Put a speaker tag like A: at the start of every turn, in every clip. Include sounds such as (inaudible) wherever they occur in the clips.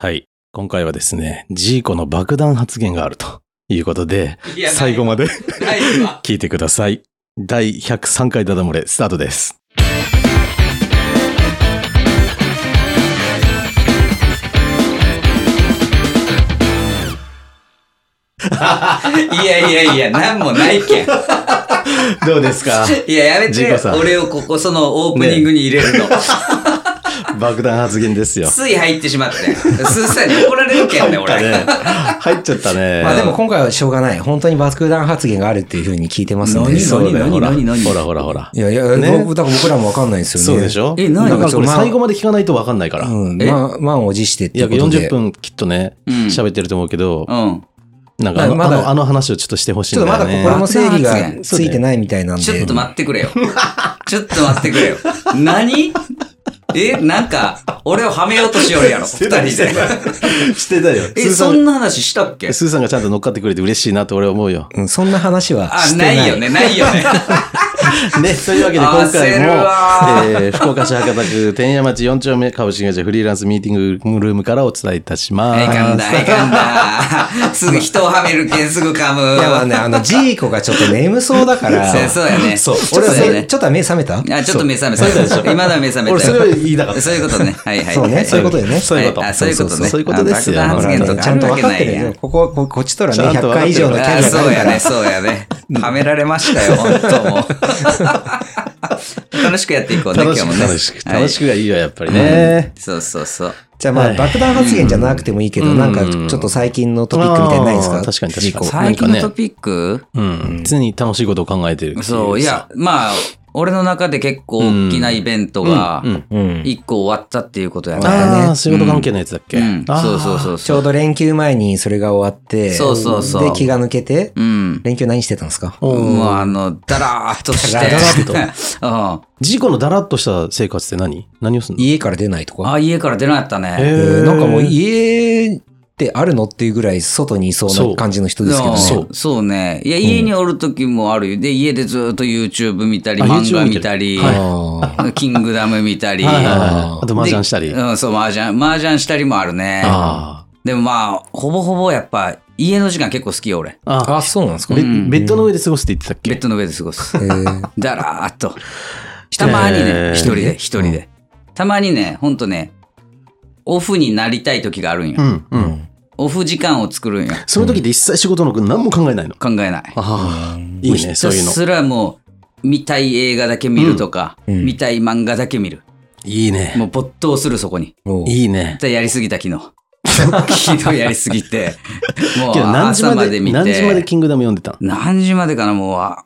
A: はい。今回はですね、ジーコの爆弾発言があるということで、
B: いや
A: 最後まで (laughs)
B: ないないわ。
A: 聞いてください。第103回ダダ漏れ、スタートです。
B: いやいやいや、なんもないけん。
A: どうですか
B: いや、やめて
A: ジーコさ
B: よ。
A: ん
B: 俺をここ、そのオープニングに入れるの。
A: (laughs) 爆弾発言ですよ。
B: つい入ってしまって。すっさり怒られるけんね、俺。
A: ね入っちゃったね。
C: まあでも今回はしょうがない。本当に爆弾発言があるっていうふうに聞いてますん
B: 何
C: で。
B: 何
A: そうだよ
B: 何
A: ほら
B: 何何
A: ほらほらほら。
C: いやいや、
A: ね
C: 僕だから僕らもわかんないですよね。
A: そうでしょ
B: え何
A: だから
C: ちょ
A: こ
C: っと
A: れ
C: まあ
A: 最後まで聞かないとわかんないから。
C: うん。
B: え
C: まあ、満を持してっていう
A: 約
C: ことで。
A: 40分きっとね、
B: うん
A: 喋ってると思うけど、
B: うん。
A: なんかあの,、
C: ま
A: あ
C: だ
A: のあの話をちょっとしてほしい
C: ち
A: ん
C: ょっ
A: だ
C: とま
A: よね。
C: だ心の整
B: 爆
C: 理
B: 弾発
C: が
B: 言
C: ついてないみたいなんで。
B: ちょっと待ってくれよ。ちょっと待ってくれよ。何え、なんか、俺をはめようとしよるやろ、二人で。
A: (laughs) してたよ。
B: え、
A: スーさ
B: そ
A: ん
B: んな話したっけ
A: スーさんがちゃんと乗っかってくれて嬉しいなと俺は思う
B: (laughs)
A: よ。
C: うん、そんな話は
B: あ
C: し、てな。
B: ないいよね、ないよね。
A: ね、というわけで今回
B: 焦るわ
A: も、えー福岡市博多区天谷町4丁目株式会社フリーランスミーティングルームからお伝えいたしま
B: えいか
A: す。
B: んだ、いかんだ。すぐ人をはめるけん、すぐ噛む。
C: いやまあね、
B: (laughs)
C: あの、ジーコがちょっと眠そうだから。
B: そうそうやね。
C: そう。
B: ちょっ
C: 俺
B: と
C: は
B: ね
C: ね、。ちょっとは目覚めた
B: あ、ちょっと目覚めた。今だ目覚めたよ。
A: 俺それを言いたかった
B: そういうことね。はいはい。
C: そうねそういうことよね
A: そういうこと。
B: あそういうことね
A: そういうことですよ。
B: あ
C: ほ
B: 爆
C: ら
B: 弾発言と
C: ね、
B: か
C: ちゃんと分かって
B: あるわけな
C: る
B: いや
C: よ
B: ん。
C: ここ、ここっちとらね、
A: ちゃんと
C: 100
A: 分かってる
C: 回以上のキャリ
B: あ
C: アがあ
B: そう
C: るか
B: や
C: ら
B: ね、。そうやね。はめられましたよ、本当もう。楽しくやっていこうね、今
A: 楽
B: 日
A: し
B: も
A: く
B: ね。
A: 楽しく、楽し
B: く。
A: くがいいよ、やっぱりね。
B: そうそうそう。
C: じゃあまあ、爆弾発言じゃなくてもいいけど、なんかちょっと最近のトピックみたいにないです
A: あ
C: か
A: ー確かに確かに
C: ジーコ
B: 最近
A: な
B: の
A: んか
B: ト
A: ね
B: ピック
A: うん。常に楽しいことを考えてるってう
B: そう、いや、まあ、俺の中で結構大きなイベントが
A: うんうん、
C: うん。
B: 一個終わったっていうことやね。
A: ああ、仕事関係のやつだっけ。
B: うん、
A: あー
B: そうそうそう
C: ち
B: そ
C: ょ
B: う。
C: うど連休前にそれが終わって、
B: そうそうそう
C: で、気が抜けて、
B: うん。
C: 連休何してたんですか
B: もうあの、だらーっとして。
C: だ
B: (laughs) う
C: ら
B: ん
A: 事故のだらっとした生活って何何をするの
C: 家から出ないとか。
B: あ、家から出なかったね。
C: え
A: ー
C: ーなんかもう家ってあるのっていうぐらい外にいそうな感じの人ですけどね。
B: そうそうね。いや、家におる時もあるよ。で、家でずっと YouTube 見たり、
A: あ
B: 漫
A: YouTube
B: 画
A: 見
B: 見
A: た
B: たり、
C: あ
B: キングダム見たり。
A: はいはいはいあと麻雀したり
B: でうん、そう、麻雀。麻雀したりもあるね。
A: あ
B: でもまあ、ほぼほぼやっぱ、家の時間結構好きよ、俺。
A: あ。
C: ーあ、そうなんですか
A: ベ
C: え
A: ベッドの上で過ごすって言ってたっ
B: ベ
A: け
B: ッドの上で過ご
A: (laughs)
B: す。
C: ー
B: だらーっと。たまに
A: えー
B: ね、一人で、一人で。たまにね、ほんとね、オフになりたい時があるんよ。
A: んうん。
B: オフ時間を作るんよ。
A: その時で一切仕事のこと何も考えないの。
B: 考えない。
A: ああ、いいね、そういう
B: ひ
A: の
B: た。すらもう、見たい映画だけ見るとか、
C: うんうん
B: 見たい漫画だけ見る。
A: いいね。
B: もう没頭するそこに。
C: おう
A: いいね。
B: でやりすぎた昨日。昨日やりすぎて、も
A: (laughs)
B: う
A: けど何時
B: 朝
A: ま
B: ま
A: で、
B: で見て。
A: 何時までキングダム読んでたの
B: 何時までかな、もうあ、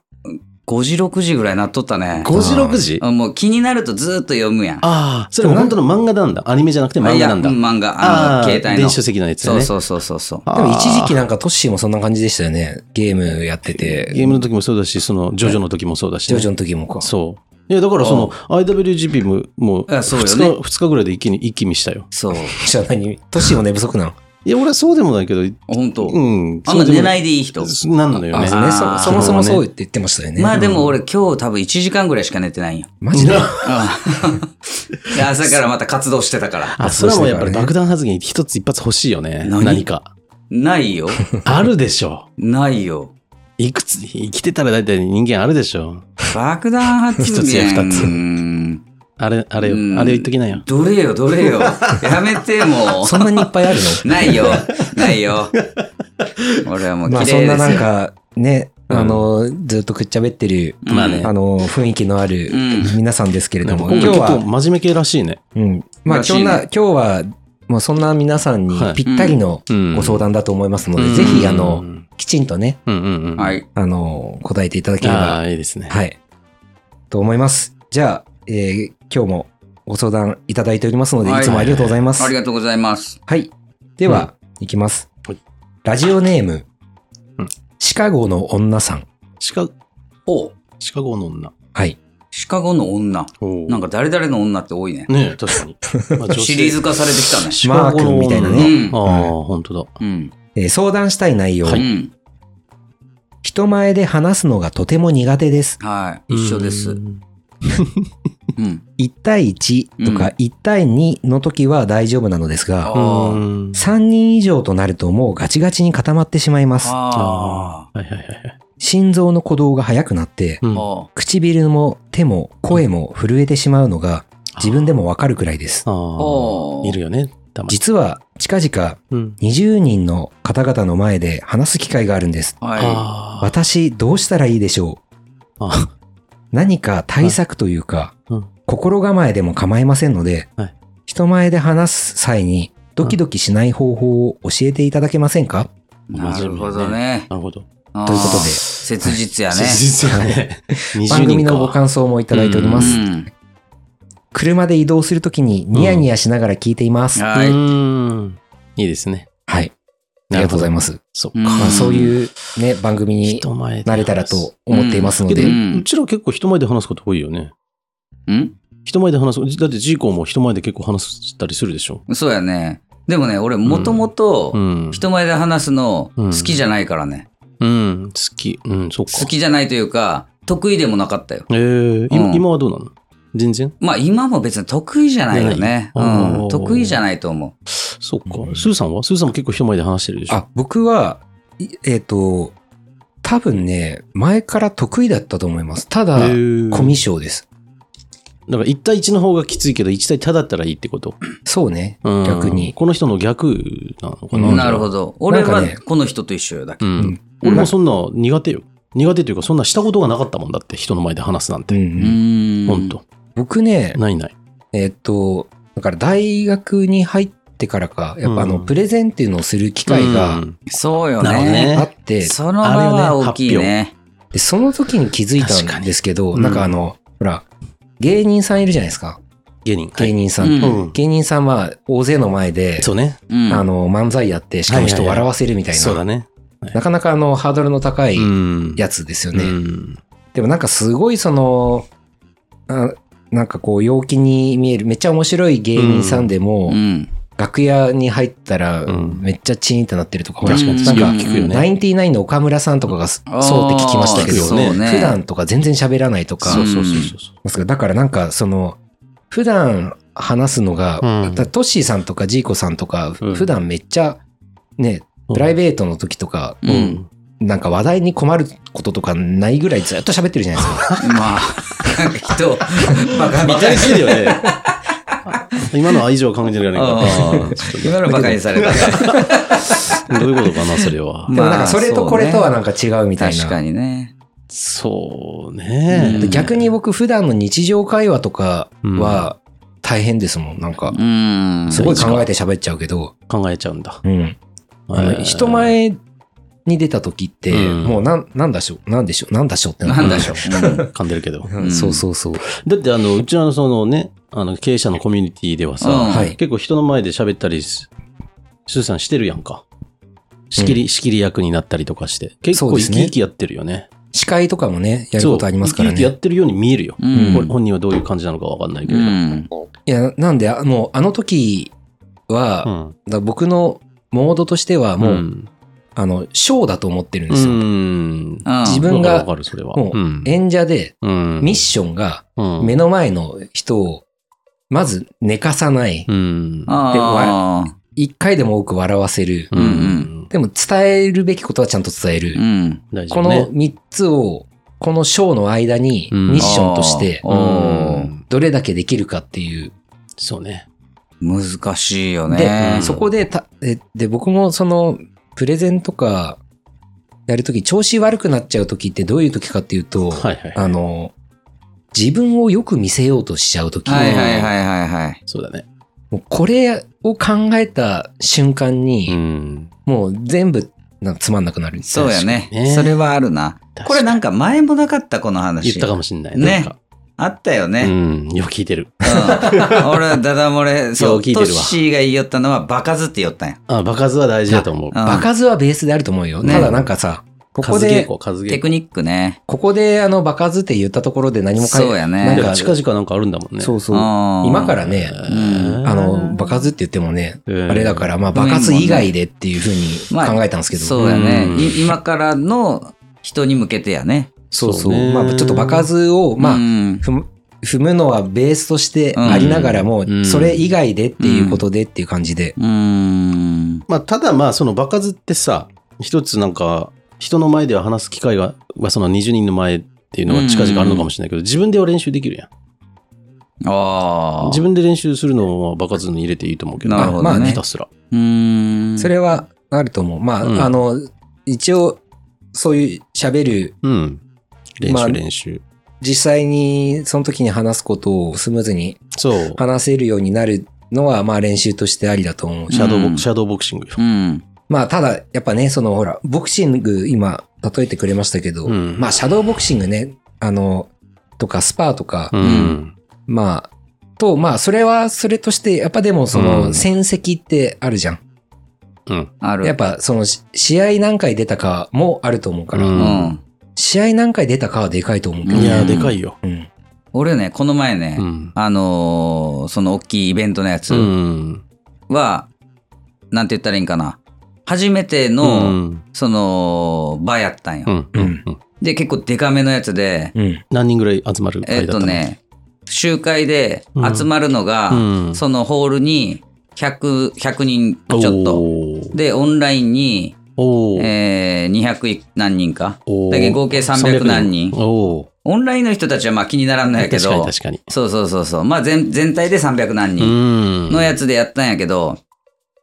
B: 5時、6時ぐらいなっとったね。
A: ?5 時、6時
B: あもう気になるとずーっと読むやん。
A: ああ、それは本当の漫画なんだ。アニメじゃなくて
B: あ
A: 漫画
B: いや
A: なんだ。
B: 漫画、あ
A: あ
B: の、
A: あ、
B: 携帯の。
A: 電子書籍のやつだ
B: そう
A: ね。
B: そうそうそうそう。
A: あー
C: でも一時期なんかトッシーもそんな感じでしたよね。ゲームやって
A: ゲ
C: て、
A: ームの時もそうだし、その、ジョジョの時もそうだし
C: ジョ
A: ね。
C: ジョの時もか。
A: そう。いや、だからその、IWGP も、もう、
B: あそうよね
A: 2日、二日ぐらいで一気に、一気見したよ。
B: そう。
C: じゃあ何トッシーも寝不足なの
A: いや、俺はそうでもないけど、う
B: 本当。
A: ん。
B: あんま寝ないいでいい人。
A: なんだよね。
C: あそうねそそもそもそうって言ってましたよね。
B: まあでも俺今日多分1時間ぐらいしか寝てないんよ。
C: マジで。
B: で朝からまた活動してたから。
A: あ、それはもうやっぱり爆弾発言一つ一発欲しいよね。
B: 何
A: 何か。
B: ない
C: (laughs)
B: よ。
A: あるでしょ。
B: ないよ。
A: いくつ、生きてたら大体人間あるでしょ。
B: 爆弾発言。
A: 一つや二つ
B: うん
A: あれ、あれよ
B: う。ん
A: あれ言っときなよ。
B: どれよ、どれよ。やめても
C: そんなにいっぱいあるの
B: う。ないよ。ないよ。俺はもう
C: まあ
B: 綺
C: そん
B: 麗
C: な
B: で
C: な
B: す
C: ん
B: よ。
C: かね、
A: うん
C: あのずっとくっちゃべってる、
B: まあね
C: あの雰囲気のある
B: うん
C: 皆さんですけれ
A: で
C: ど
A: も
C: も、
A: 今
C: 今
A: 回
C: 日
A: 結構
C: は、
A: 真面目系らしいね。
C: うん、まあ
B: らしい
C: 今日
B: ね
C: な今日はまあそんな皆さんに
A: はい
C: ぴったりの
A: うん
C: ご相談だと思いますので、
A: うん
C: ぜ
B: うん
C: ひあの
A: うん
C: きちんとね、
A: うんうん。。
B: はいい。
C: あの答えていただけれ
A: あ
C: ば
A: あ、いいですね。
C: はいと思います。じゃあ、えー今日もご相談いただいておりますので、
B: はい
C: いつもありがとうございます。
B: ありがとうございます。
C: はい。では、いきます
A: はい。
C: ラジオネーム、
A: うん
C: シカゴの女さん。
A: シカ、
B: お
A: シカゴの女。
C: はい。
B: シカゴの女。なんか誰々の女って多いね。
A: ねえ確かに。まあ女性
B: シリーズ化されてきたね。
A: シカゴの女
C: マー君みたいな
B: う
C: ね
B: ん
A: あ。あ、本当だ。
B: うん。
C: えー相談したい内容、
B: うん。
C: 人前で話すのがとても苦手です。
B: はい。一緒です。
A: う
B: うん
A: ん
B: うん。
C: 1対1とか1対2の時は大丈夫なのですが、
B: あー
A: ん
C: 3人以上となるともうガチガチに固まってしまいます。
B: あ
A: はいはいはい。
C: 心臓の鼓動が速くなって、
A: うん
B: ー。あ
C: 唇も手も声も震えてしまうのが自分でもわかるくらいです。
A: あ
B: お
A: あ
B: ー
A: いるよね、たまに。
C: 実は近々
A: うん
C: 20人の方々の前で話す機会があるんです。
B: ー。は
A: あー
C: 私どうしたらいいでしょう
A: あ
C: 何か対策というか、
A: はいうん
C: 心構えでも構いませんので、
A: はい
C: 人前で話す際にドキドキしない方法を教えていただけませんか
B: い。なるほどね。
A: なるほど。
B: と
C: ということで
B: 切実やね。
A: 実はね、20人か (laughs)
C: 番組のご感想もいただいておりま
B: う
C: す。
B: ん。
C: 車で移動するときにニヤニヤしながら聞いています。
B: は
A: う
B: い。
A: ーんいいですね。
C: はい。ありがとうございます。
A: す。そっ
B: うん
A: か。
C: まあ、そういうね、番組に
A: 人前で
C: なれたらと思っていますので、
A: う
B: うん
A: んうちら結構人前で話すこと多いよね。
B: うん
A: 人前で話す。だってジーコも人前で結構話したりするでしょ。
B: そうやね。でもね、俺もともと
A: うん。
B: 人前で話すの好きじゃないからね。
A: うん。好き。うん、そっか。
B: 好きじゃないというか、得意でもなかったよ。
A: えー
B: う
A: 今
B: ん
A: 今はどうなの全然
B: まあ今も別に得意じゃないよね。
A: じゃない
B: うん。
A: おー
B: 得意じゃないと思う。
A: そっか。スーさんはスーさんも結構人前で話してるでしょ。
C: あ、僕は、いえっ、と、多分ね、前から得意だったと思います。ただ、
A: えー
C: コミュ障です。
A: だから1対1の方がきついけど、1対ただったらいいってこと。
C: そうね。
A: うん
C: 逆に
A: この人の逆なのか
C: う
A: な。
C: ん
B: なるほ
A: ど。
B: ど。俺
C: なん
B: は
C: かね
B: この人と一緒よだけ
A: う。ん。俺もそんな苦手よ。苦手というか、そんなしたことがなかったもんだって、人の前で話すなん
C: う
A: て。
B: うんん
A: ほんと。
C: 僕ね、
A: ないない。
C: えっ、と、だから大学に入ってからか、やっぱあの、
A: うん
C: プレゼンっていうのをする機会
A: う
C: が
A: ん
B: そうよ
A: なるほどね
B: ね。
C: あって、
B: その場は大きいね。
C: でその時に気づいたんですけど、
A: 確かに
C: なんかあの、ほら、芸人さんいるじゃないですか。
A: 芸人。はい
C: 芸人さん。
B: うん
A: うん
C: 芸人さんは大勢の前で、
A: そうね。
B: うん
C: あの、漫才やって、しかも人を笑わせるみたいな。
A: そうだね。
C: なかなかあの、ハードルの高い
A: うん
C: やつですよね。
A: うん
C: でもなんかすごいその、あなんかこう、陽気に見える、めっちゃ面白い芸人さんでも、
B: うん。
C: 楽屋に入ったら、
A: うん
C: めっちゃチーンってなってるとか、
A: 確かに、
C: な
A: そ
C: ん
A: れ
C: か
A: は、聞くよ
C: ナ
A: ね。
C: インティナインの岡村さんとかがそう
B: あー
C: そうって聞きましたけど、
A: そうね
C: 普段とか全然喋らないとか、
B: そうそうそう
C: ですからだからなんかその、普段話すのが、
A: うん
C: だトッシーさんとかジーコさんとか、
A: うん
C: 普段めっちゃ、ね、プライベートの時とか、
B: う。
A: うんん
C: なんか話題に困ることとかないぐらいずっと喋ってるじゃないですか。
B: まあ、なんか
C: (laughs)
B: 人をバカみ
A: バカ
B: た
A: に
B: いな。
A: するよね。今のは愛情を感じるんじゃないか
B: あー今のバカにされた。
A: な。どういうことかな、それは。
C: でもなんかそれとこれとはなんか違うみたい
B: 確か
C: な。
B: にね。
A: そうね。
B: うん
C: 逆に僕普段の日常会話とかは大変ですもん。なんか、
B: うん。
C: すごい考えて喋っちゃうけど、
A: 考えちゃうんだ。
C: うん。あ
A: え
C: の
A: ー
C: 人前に出た時って、
A: うん
C: もうなん、なんだしょ、なんでしょ、なんだしょって
B: なんだ
C: し
B: しょう。
A: 噛んでるけど。
C: ょ。
B: うん
C: そうそうそう。
A: だって、あの、うちのそのね、あの、経営者のコミュニティでは
B: うん
A: さ、
C: はい。
A: 結構人の前で喋ったりす、スーさんしてるやんか。仕切り、仕切り役になったりとかして。結
C: そう
A: 構
C: で
A: 生
C: す
A: き
C: ね
A: 生きやってるよね。
C: 司会とかもね、やることありますから
A: そう生き生きや
C: ね。
A: ってるように見えるよ。
B: うん
A: これ本人はどういう感じなのかわかんないけ
B: う
A: れど。
B: ん。
C: いや、なんで、あもうあの時は、
A: うん
C: だから僕のモードとしてはもう、
A: うん
C: あの、ショーだと思ってるん
A: う
C: ですよ。
A: ん。
C: 自
B: 分
C: 分が
A: わかるわかる、それは。
C: もう
A: うん
C: 演者で、
A: うん
C: ミッションが
A: うん
C: 目の前の人を、まず寝かさない。
A: うん。
B: ああ。
C: 一回でも多く笑わせる。
A: うん
B: うん
C: でも伝えるべきことはちゃんと伝える。
B: うん。
A: 大丈
C: こ
A: 夫
C: の
A: ね。
C: 3つを、このショーの間に
A: うん
C: ミッションとして
B: あ、ー
A: うん
C: どれだけできるかっていう。
A: そうね。
B: 難しいよね
C: で、。
A: うん
C: そこでた、えで、僕もその、プレゼンとか、やるとき、調子悪くなっちゃうときってどういうときかっていうと、
A: はいはい。
C: あの、自分をよく見せようとしちゃうとき、
B: はいはいはいはいはい。
A: そうだね。
C: もうこれを考えた瞬
A: う
C: 間に、
A: ん。
C: もう全部なんかつまんなくなるみたい
B: そう
C: な
B: やね
A: 確かにね。
B: それはあるな。
A: に
B: これなんか前もなかったこの
A: 言っ
B: 話
A: た。かもしんない。
B: ね
A: なんか
B: あったよ
A: う
B: ね。
A: ん。よく聞いてる。
B: うん俺、ダダ漏れ、そ
A: よう
B: う、
A: 聞いて
B: ト
A: る
B: ッ
A: わ
B: シーが言いよったのは、バカずって言おったんや。
A: あ、場数は大事だと思う。
B: あ
C: 場数はベースであると思うよ。
B: ね
C: ただなんかさ、ここ
A: 数稽
C: で、
A: 古、数稽古。
B: テクニックね。
C: ここであの場数って言ったところで何も書い
B: そうや
C: な
A: なんん
B: ね。
C: か
A: か近々なんかあるんだもんね。
C: そうそう。今
B: 今
C: からね、
B: ん
C: あの、場数って言ってもね、
A: うん
C: あれだから、まあ、場数以外でっていうふうに考えたんですけど、
B: そうやね
A: うん。
B: い今からの人に向けてやね。
C: そうそう
A: そうね
C: まあ、ちょっと場数を、まあ、
B: うん
C: ふむ踏むのはベースとしてありながらも、
A: うん
C: それ以外でっていうことでっていう感じで。
B: うーん。
A: まあ、ただまあ、その場数ってさ、一つなんか、人の前では話す機会が、まあその20人の前っていうのは近々あるのかもしれないけど、自分では練習できるやん。
B: ああ。
A: 自分で練習するのは場数に入れていいと思うけど、
B: なるほどね
A: まあひたすら。
B: うーん。
C: それはあると思う。まあ、
A: うん
C: あの、一応、そういう喋る、
A: うん。練
C: まあ
A: 習練習。
C: 実際にその時に話すことをスムーズに
A: そう。
C: 話せるようになるのは、まあ練習としてありだと思うし。
A: シャドーボ、
B: うん
A: シャドーボクシングよ。
B: うん。
C: まあ、ただ、やっぱね、その、ほら、ボクシング、今、例えてくれましたけど、
A: うん
C: まあ、シャドーボクシングね、あの、とか、スパーとか、
A: うん。
C: まあ、と、まあ、それは、それとして、やっぱでも、そうの、
A: ん
C: 戦績ってあるじゃん。
A: うん。
B: ある。
C: やっぱ、その、し試合何回出たかもあると思うから、
A: う
B: うんん。
C: 試合何回出たかはでかいと思うけど、
A: いやー、でかいよ。
C: うん。
B: 俺ね、この前ね、
A: うん。
B: あのーその大きいイベントのやつ
A: うん。
B: は、なんて言ったらいいんかな。初めて
A: う
B: の、
A: ん。
B: その、場やったんよ。
A: うん。うん。
B: で、結構デカめのやつで、
C: うん。
A: 何人ぐらい集まる
B: えっ、とね、集会で集まるのが、
A: うん
B: そのホールに100、100人ちょっと。
A: おー
B: で、オンラインに、
A: おー
B: えー、200い何人か。
A: おー
B: だけど合計300何人。
A: おお
B: オンラインの人たちはまあ気にならんのやけ
A: 確かに
B: ど、
A: 確かに。
B: そうそうそうそう。まあ全全体で300何人
A: ん
B: のやつでやったんやけど、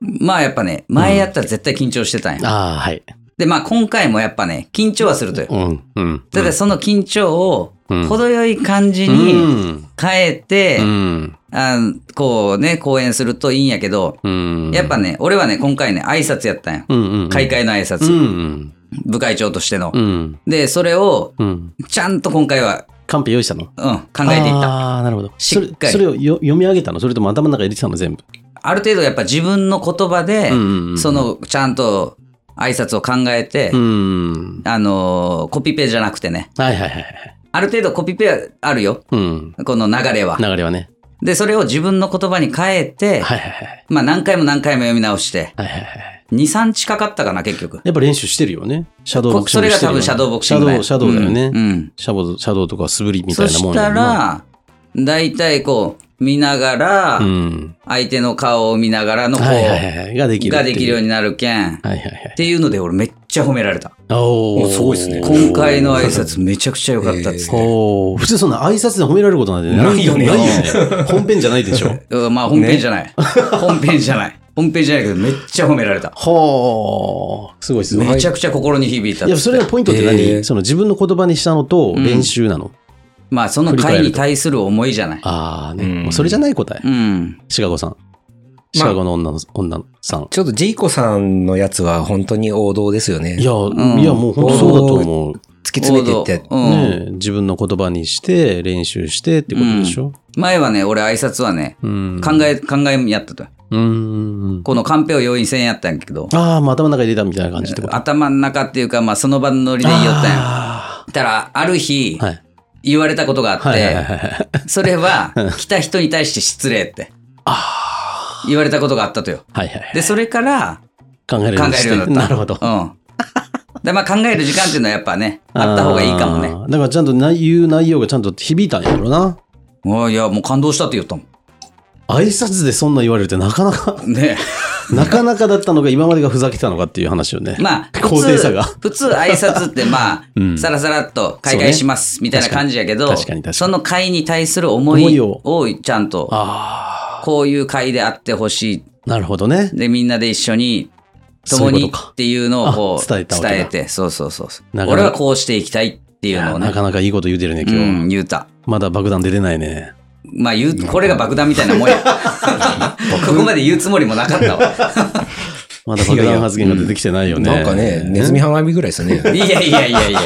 B: まあやっぱね、前やったら絶対緊張してたんや。
A: ああ、はい。
B: で、まあ今回もやっぱね、緊張はするとよ。
A: うん。うん。
B: ただその緊張を
A: うん
B: 程よい感じ
A: う
B: に
A: ん。
B: 変えて
A: う、ん。
B: あんこうね、講演するといいんやけど、
A: うん。
B: やっぱね、俺はね、今回ね、挨拶やったんや。
A: うん、うん。
B: 開会の挨
A: うん。
B: 拶。部会長としての
A: う。ん。
B: で、それを、
A: うん。
B: ちゃんと今回は、
A: カンペ用意したの
B: うん、考えていった。
A: ああ、なるほど。
B: し
A: そ
B: っ
A: れ
B: かり
A: それをよ読み上げたのそれとも頭の中に入れてたの全部。
B: ある程度やっぱ自分の言葉で、そ、の、ちゃんと挨拶を考えて
A: う、ん。
B: あのーコピペじゃなくてね、
A: はいはいはいはい。
B: ある程度コピペあるよ、
A: うん。
B: この流れは。
A: 流れはね。
B: で、それを自分の言葉に変えて、
A: はいはいはい。
B: まあ何回も何回も読み直して、
A: はいはいはい。
B: 2、3日かかったかな、結局。
A: やっぱ練習してるよね。シャドーボクシン
B: そ
A: グ
B: れが
A: して
B: 多
A: るよね
B: 分シャドーボクシング
A: シャドウ、シャドウだよね。
B: うんうん
A: シャボシャドウとか素振りみた
B: そ
A: いなも
B: し
A: んや
B: た
A: もんな、
B: ら、大体こう、見ながら
A: う、ん。
B: 相手の顔を見ながらのこう、
A: はいはいはいはい。ができる。
B: ができるよう
A: に。
B: になるけん。
A: は
B: っ
A: いはいはい。
B: ていうので、俺めっちゃ褒められた。
A: おお。
C: すごいっすね
B: 今回の挨拶めちゃくちゃ良かったっつって。
A: おお。普通そんな挨拶で褒められることなんて
C: ないよね
A: ないよね。本編じゃないで
B: (laughs)
A: しょ。
B: うんまあ本編じゃない。 (laughs) 本編じゃない。本編じゃないけど、めっちゃ褒められた。
A: ほー。すごいすごい。
B: めちゃくちゃ心に響いたっ
A: い
B: つ
A: や、
B: って
A: それのポイントって何、
C: えー
A: その自分の言葉にしたのと
B: うん
A: 練習なの。
B: まあその会に対する思いじゃない。
A: ああね。
C: うん
A: もうそれじゃない答え。
B: うん。
A: シカゴさん。シカゴの女の、女のさん。
C: ちょっとジェイコさんのやつは本当に王道ですよね。
A: いや、
B: ん
A: いや、もう本当そうだと思う。
C: 突き詰めていって。
B: 王道うん
A: ねえ自分の言葉にして、練習してってことでしょ。
B: 前はね、俺挨拶はね、
A: うん。
B: 考え、考えやったと。
A: うん。
B: このカンペを用意せんやったんやけど、
A: ああ、まあ頭の中に入れたみたいな感じってこと。
B: 頭の中っていうか、まあその場のノリで言いよったんや。
A: あ
B: たら、ある日
A: ー、はい。
B: 言われたことがあっ
A: はいはいはい
B: て、
A: はい。
B: それは、来た人に対して失礼って
A: あ
B: 言われたことがあったとよ。
A: あ。はいはい。
B: で、それから、
A: 考えるようにして
B: 考えるようになった
A: るほど。
B: うん。で、まあ考える時間っていうのはやっぱね、あった方がいいかもね。
A: あー。だからちゃんと内言う内容がちゃんと響いたんやろな。
B: おいいや、もう感動したって言ったも
A: 挨拶でそんな言われるってなかなか、 (laughs)
B: ん。ね。
A: なかなかだったのか、今までがふざけてたのかっていう話よね。
B: まあ、
A: 高低差が
B: 普通、普通挨拶ってまあ、
A: (laughs) うん
B: さらさらっと開
A: そうね
B: 会しますみたいな感じやけど、
A: 確かに確かに
B: その会に対する思
A: 思
B: い
A: いを
B: をちゃんと、
A: あ
B: こういう会であってほしい。
A: あ、なるほどね。
B: で、みんなで一緒に、
A: そう
B: 共
A: いう
B: に
A: ことか
B: っていうのをこう
A: あ伝え
B: 伝
A: たわけだ
B: えて、そうそうそうそう。
A: なかなか
B: 俺はこうしていきたいっていうのを
A: な
B: ね、
A: かなかいいこと言うてるね、
B: う
A: 今日。
B: ん、言うた。
A: まだ爆弾出てないね。
B: まあ言う、これが爆弾みたいなも
A: (laughs)
B: んや。 (laughs) ここまで言うつもりもなかったわ。
A: まだ爆弾発言が出てきてないよね。
C: なんかね、ネズミ花火ぐらいですよね。
B: いやいやいやいやいや。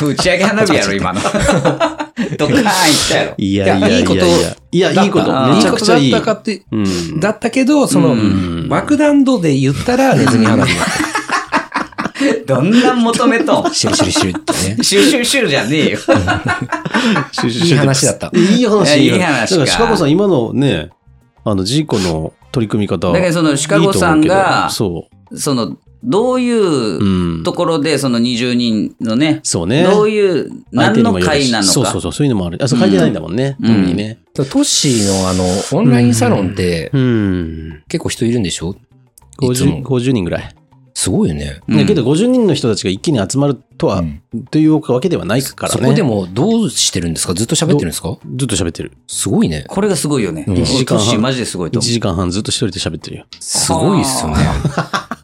B: 打ち上げ花火やろ、今の。
A: (laughs)
B: ドカーンいったやろ。
A: いやいや
C: いや
A: い
C: いい
A: や
C: こ
A: い
C: と
A: や。いや、いいこと。
B: だった
A: めちゃくちゃいい
C: だっ。たかって、
A: うん
C: だったけど、その、
A: ん
C: 爆弾度で言ったらネズミ花火だった。
B: どんな求めとん
A: (laughs)
C: シュルシュルシュル (laughs) ってね。
B: シューシューシューじゃねえよ。
A: い
C: いい話だった
A: いい話。
B: いやいい話か
A: だから、シカゴさん、今のね、あの、ジーコの取り組み方。
B: だけどそのシカゴさんが
A: いいと思うけど
B: その、どう
A: う。
B: いうんところで、その20人のね、
A: そうね。
B: どういう、
A: 相手
B: 何
A: に
B: の
A: もよるし
B: 会なのか。
A: そうそうそう、そういうのもある。あ、そう書いてないんだもんね。
B: うん
A: 特にね。
C: トッシーのあの、オンラインサロンって
A: うん。
C: 結構人いるんでしょいつ
A: 50,
C: も。
A: 50人ぐらい、
C: すごいよね。
B: うん
A: だけど50人の人たちが一気に集まるとは、
C: うん
A: というわけではないからね
C: そこでもどうしてるんですかずっと喋ってるんですか
A: ずっと喋ってる
C: すごいね。
B: これがすごいよね。
C: うん
B: 俺
A: 一時間半
B: トッシーマジですごいと
A: 1
B: 思
A: 時間半ずっと一人で喋ってるよ
C: すごいっすよね。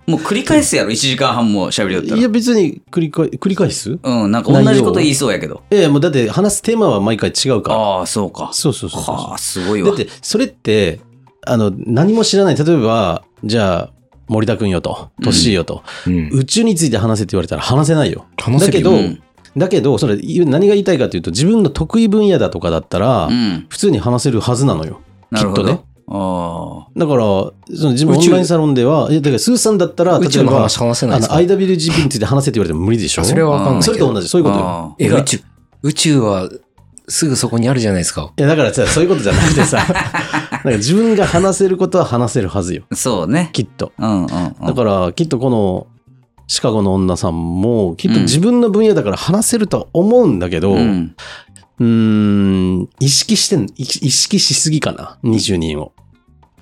B: う。もう繰り返すやろ、1時間半も喋りよった
A: いや別に繰り返繰り返す
B: ら。うん、なんか同じこと言いそうやけど。
A: ええもうだって話すテーマは毎回違うから
B: ああ、そうか。
A: そうそうそう
B: は
A: そ
B: あ、すごいうわ。
A: だってそれってあの何も知らない例えばじゃあ森田君よと
B: うん
A: 年よと、
C: うん。
A: 宇宙について話せって言われたら話せないよ
C: 話せるよ
A: だけどだけどそれ言う何が言いたいかというと自分の得意分野だとかだったら、
B: うん、
A: 普通に話せるはずなのよ
B: なるほど。
A: きっとね
B: ああ。
A: だから、その自分
C: 宇
A: オ
C: 宙
A: ンラインサロンでは、いやだからスーさんだったら、
C: 宇宙の話
A: あ
C: 話せ
A: の
C: ないですか
A: IWGP について話せって言われても無理でしょ
C: あそれはわかんない
A: そ
C: け
A: れ
C: ど。
A: と同じ、そういうことよ。
B: ああ
C: え、
A: だから
C: 宇宙、宇宙はすぐそこにあるじゃないですか。
A: いや、だからさ、そういうことじゃなくてさ、 (laughs) なんか自分が話せることは話せるはずよ、
B: そうね。
A: きっと。
B: うんうんうん。
A: だから、きっとこの、シカゴの女さんも、きっと自分の分野だから話せるとは思うんだけど、う
B: うん、
A: ーん、意識してん、意識意識しすぎかな、20人を。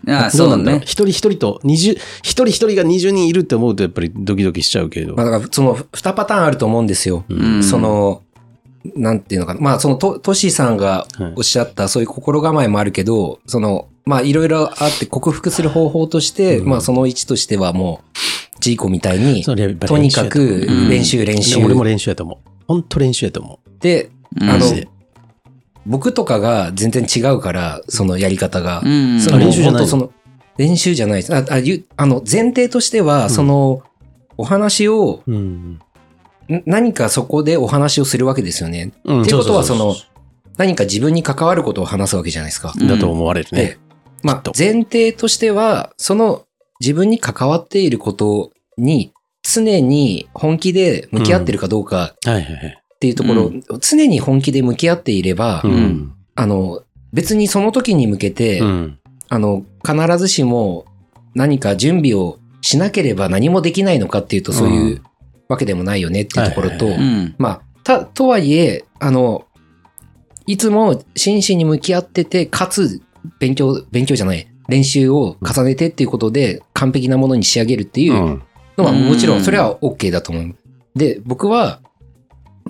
B: ああ、
A: ど
B: そう
A: な
B: うん
A: だろう
B: ね。
A: 一人一人と、20、一人一人が20人いるって思うと、やっぱりドキドキしちゃうけれど。
C: まあだからその2パターンあると思うんですよ。
B: うん
C: その、なんていうのかな。まあそのと、トシさんが
A: はい
C: おっしゃったそういう心構えもあるけど、その、まあいろいろあって克服する方法として、
A: うん
C: まあその1としてはもう、ジーコみたいに、
A: そうやっぱり
C: とにかく
B: うん
C: 練習練
A: 練習やと
C: 習
A: 思う。俺も練習やと思う。ほんと練習やと思う。
C: で、
B: うん
C: あ
A: マ
C: の
A: ジで。
C: 僕とかが全然違うから、そのやり方が
B: う。ん、
C: そ
A: あ
C: の
A: 練習じゃない
C: 本当その練習じゃないです。ああゆあの前提としては、
A: ん
C: その、お話を、
A: うん。
C: ん何かそこでお話をするわけですよね。
A: うん
C: っていうことはその
A: うう
C: 何か自分に関わることを話すわけじゃないですか。
A: うだと思われるね
C: で。、ま
A: き
C: あ
A: っと
C: 前提としては、その自分に関わっていることに常に本気で向き合ってるかどうか
A: はいはいはい。
C: っていうところ、
B: う
C: 常に本気で向き合っていれば、
A: うん。
C: あの、別にその時に向けて、
A: うん。
C: あの、必ずしも何か準備をしなければ何もできないのかっていうと、そういううわけでもないよねっていうところと
A: はいはい、。
B: うん。
C: まあ、た、とはいえ、あの、いつも真摯に向き合ってて、かつ、勉強、勉強じゃない、練習を重ねてっていうことで、完璧なものに仕上げるっていううんのは、
B: うん
C: もちろん、それは OK だと思う。で、僕は、